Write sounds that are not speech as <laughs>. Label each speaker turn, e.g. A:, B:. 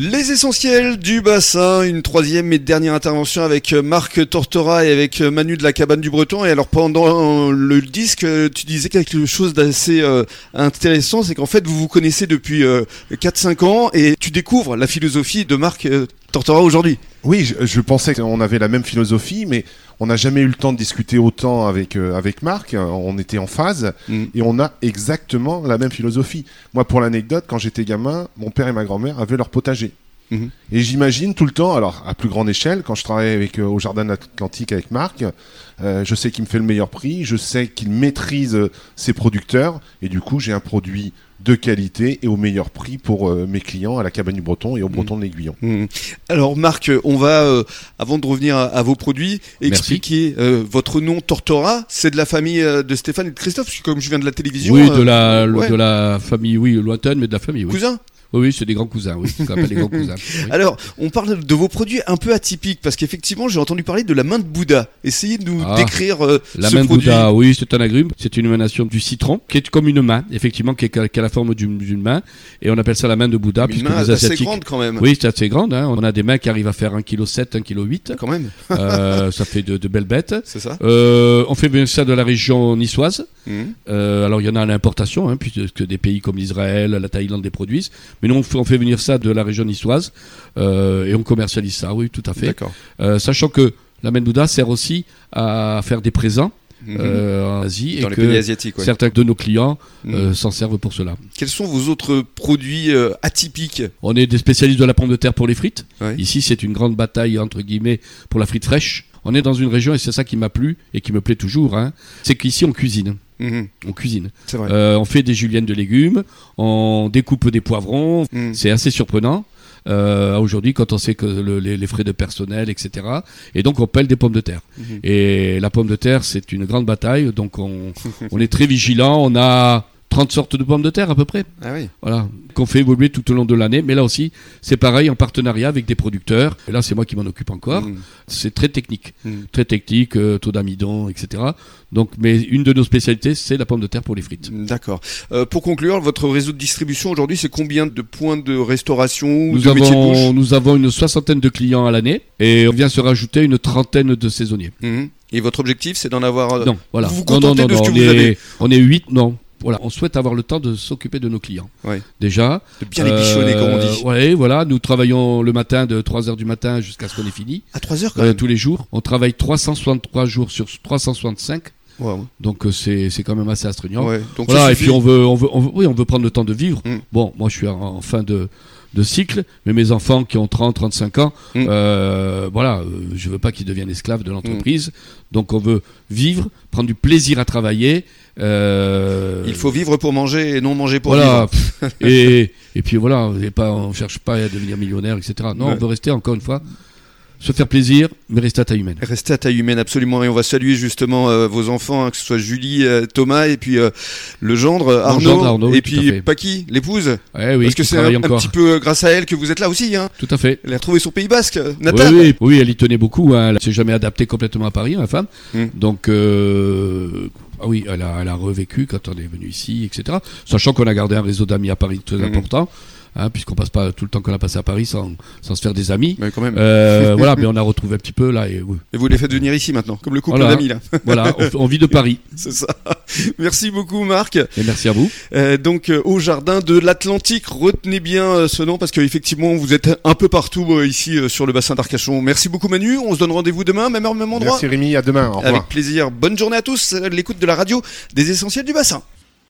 A: Les essentiels du bassin, une troisième et dernière intervention avec euh, Marc Tortora et avec euh, Manu de la cabane du Breton. Et alors pendant euh, le disque, tu disais quelque chose d'assez euh, intéressant, c'est qu'en fait vous vous connaissez depuis euh, 4-5 ans et tu découvres la philosophie de Marc euh, Tortora aujourd'hui.
B: Oui, je, je pensais qu'on avait la même philosophie, mais on n'a jamais eu le temps de discuter autant avec, euh, avec Marc. On était en phase
A: Mm.
B: et on a exactement la même philosophie. Moi, pour l'anecdote, quand j'étais gamin, mon père et ma grand-mère avaient leur potager.
A: Mhm.
B: Et j'imagine tout le temps, alors à plus grande échelle, quand je travaille avec, euh, au Jardin de l'Atlantique avec Marc, euh, je sais qu'il me fait le meilleur prix, je sais qu'il maîtrise euh, ses producteurs, et du coup j'ai un produit de qualité et au meilleur prix pour euh, mes clients à la cabane du Breton et au Breton de l'Aiguillon.
A: Mm. Alors Marc, on va, euh, avant de revenir à, à vos produits,
C: Merci.
A: expliquer euh, votre nom Tortora, c'est de la famille euh, de Stéphane et de Christophe, parce que comme je viens de la télévision,
C: Oui,
A: euh,
C: de la, lo-
A: ouais.
C: de la famille, oui, lointaine, mais de la famille, oui.
A: cousin. Ah,
C: Oui, oui, c'est des grands cousins, oui, ce qu'on appelle des
A: <laughs>
C: grands cousins. oui.
A: Alors, on parle de vos produits un peu atypiques parce qu'effectivement, j'ai entendu parler de la main de Bouddha. Essayez de nous
C: Ah,
A: décrire euh,
C: La
A: ce
C: main
A: produit.
C: Bouddha, oui, c'est un agrume, c'est une émanation du citron, qui est comme une main, effectivement, qui, est- qui a la forme d'une d'une main, et on appelle ça la main de Bouddha,
A: Une
C: puisque
A: main
C: les
A: assez
C: Asiatiques...
A: grande quand même.
C: Oui, c'est assez grande, hein. on a des mains qui arrivent à faire 1,7 kg, 1,8 kg,
A: Quand même, <laughs>
C: euh, ça fait de, de belles bêtes.
A: c'est ça.
C: Euh, on fait bien ça de la région niçoise,
A: Mhm.
C: Euh, alors il y en a à l'importation, hein, puisque des pays comme l'Israël, la Thaïlande les produisent. Mais nous on fait, on fait venir ça de la région niçoise euh, et on commercialise ça, oui, tout à fait.
A: D'accord.
C: Euh, sachant que la main de Bouddha sert aussi à faire des présents
A: Mhm.
C: euh, en Asie
A: Dans
C: et
A: les
C: que
A: pays asiatiques. ouais.
C: certains de nos clients
A: Mhm.
C: euh, s'en servent pour cela.
A: Quels sont vos autres produits euh, atypiques
C: On est des spécialistes de la pomme de terre pour les frites.
A: Ouais.
C: Ici, c'est une grande bataille, entre guillemets, pour la frite fraîche. On est dans une région, et c'est ça qui m'a plu, et qui me plaît toujours, hein, c'est qu'ici, on cuisine.
A: Mhm.
C: On cuisine.
A: C'est vrai.
C: Euh, on fait des juliennes de légumes, on découpe des poivrons.
A: Mhm.
C: C'est assez surprenant. euh, aujourd'hui, quand on sait que le- les, les frais de personnel, etc. Et donc, on pèle des pommes de terre.
A: Mhm.
C: Et la pomme de terre, c'est une grande bataille. Donc, on, on est très vigilant. On a 30 sortes de pommes de terre à peu près
A: Ah oui.
C: voilà, qu'on fait évoluer tout au long de l'année. Mais là aussi, c'est pareil en partenariat avec des producteurs. Et là, c'est moi qui m'en occupe encore.
A: Mhm.
C: C'est très technique,
A: Mhm.
C: très technique, euh, taux d'amidon, etc. Donc, mais une de nos spécialités, c'est la pomme de terre pour les frites.
A: D'accord. Euh, pour conclure, votre réseau de distribution aujourd'hui, c'est combien de points de restauration ou
C: Nous
A: de métiers de
C: avons,
A: bouche
C: nous avons une soixantaine de clients à l'année et on vient se rajouter une trentaine de saisonniers.
A: Mhm. Et votre objectif, c'est d'en avoir. euh,
C: non, voilà.
A: vous vous
C: Non, non,
A: contentez
C: non,
A: de ce
C: non,
A: que
C: on
A: vous
C: est,
A: avez.
C: On est huit, non. Voilà, on souhaite avoir le temps de s'occuper de nos clients.
A: Ouais.
C: Déjà.
A: De bien les bichonner, comme on dit.
C: Oui, voilà. Nous travaillons le matin de 3h du matin jusqu'à ce qu'on ait fini.
A: À 3 heures quand
C: Euh,
A: même.
C: tous les jours. On travaille 363 jours sur 365,
A: Waouh.
C: donc euh, c'est c'est quand même assez astreignant.
A: Ouais. Donc
C: voilà,
A: ça
C: et
A: suffit.
C: puis on veut, on veut, on veut- oui, on veut prendre le temps de vivre.
A: Mm.
C: Bon, moi je suis en, en fin de, de cycle, mais mes enfants qui ont 30, 35 ans,
A: Mm.
C: euh, voilà, euh, je veux pas qu'ils deviennent esclaves de
A: Mm.
C: l'entreprise. Donc on veut vivre, prendre du plaisir à travailler. euh,
A: Il faut vivre pour manger et non manger pour
C: voilà.
A: vivre.
C: pff, et, et puis voilà, et pas, on cherche pas à devenir millionnaire, etc. Non,
A: Ouais.
C: on veut rester encore une fois, se faire plaisir, mais rester à taille humaine.
A: Restez à taille humaine, absolument. Et on va saluer justement euh, vos enfants, hein, que ce soit Julie, euh, Thomas, et puis euh, le gendre, euh,
C: Mon
A: Arnaud,
C: gendre, Arnaud,
A: et
C: oui, tout à
A: puis
C: fait.
A: Paki, l'épouse.
C: Ouais, Eh oui,
A: parce que
C: qui
A: c'est un,
C: travaille
A: un
C: encore.
A: petit peu euh, grâce à elle que vous êtes là aussi. Hein.
C: Tout à fait.
A: Elle a retrouvé son Pays Basque, euh,
C: Oui,
A: natal.
C: oui, oui, elle y tenait beaucoup. Hein. Elle s'est jamais adaptée complètement à Paris, ma femme.
A: Mm.
C: Donc, euh, ah oui, elle a, elle a revécu quand on est venu ici, etc. Sachant qu'on a gardé un réseau d'amis à Paris très
A: Mm.
C: important, hein, puisqu'on passe pas tout le temps qu'on a passé à Paris sans, sans se faire des amis.
A: Mais quand même.
C: Euh, <laughs> voilà, mais on a retrouvé un petit peu là. Et, oui.
A: Et vous les faites venir ici maintenant, comme le couple
C: Voilà.
A: d'amis là.
C: Voilà, on, on vit de Paris.
A: <laughs> C'est ça. Merci beaucoup Marc.
C: Et merci à vous.
A: Euh, donc euh, au jardin de l'Atlantique, retenez bien euh, ce nom parce qu'effectivement vous êtes un peu partout euh, ici euh, sur le bassin d'Arcachon. Merci beaucoup Manu. On se donne rendez-vous demain, même heure, même endroit.
B: Merci Rémi, à demain, au revoir.
A: Avec plaisir. Bonne journée à tous. euh, L'écoute de la radio des essentiels du bassin.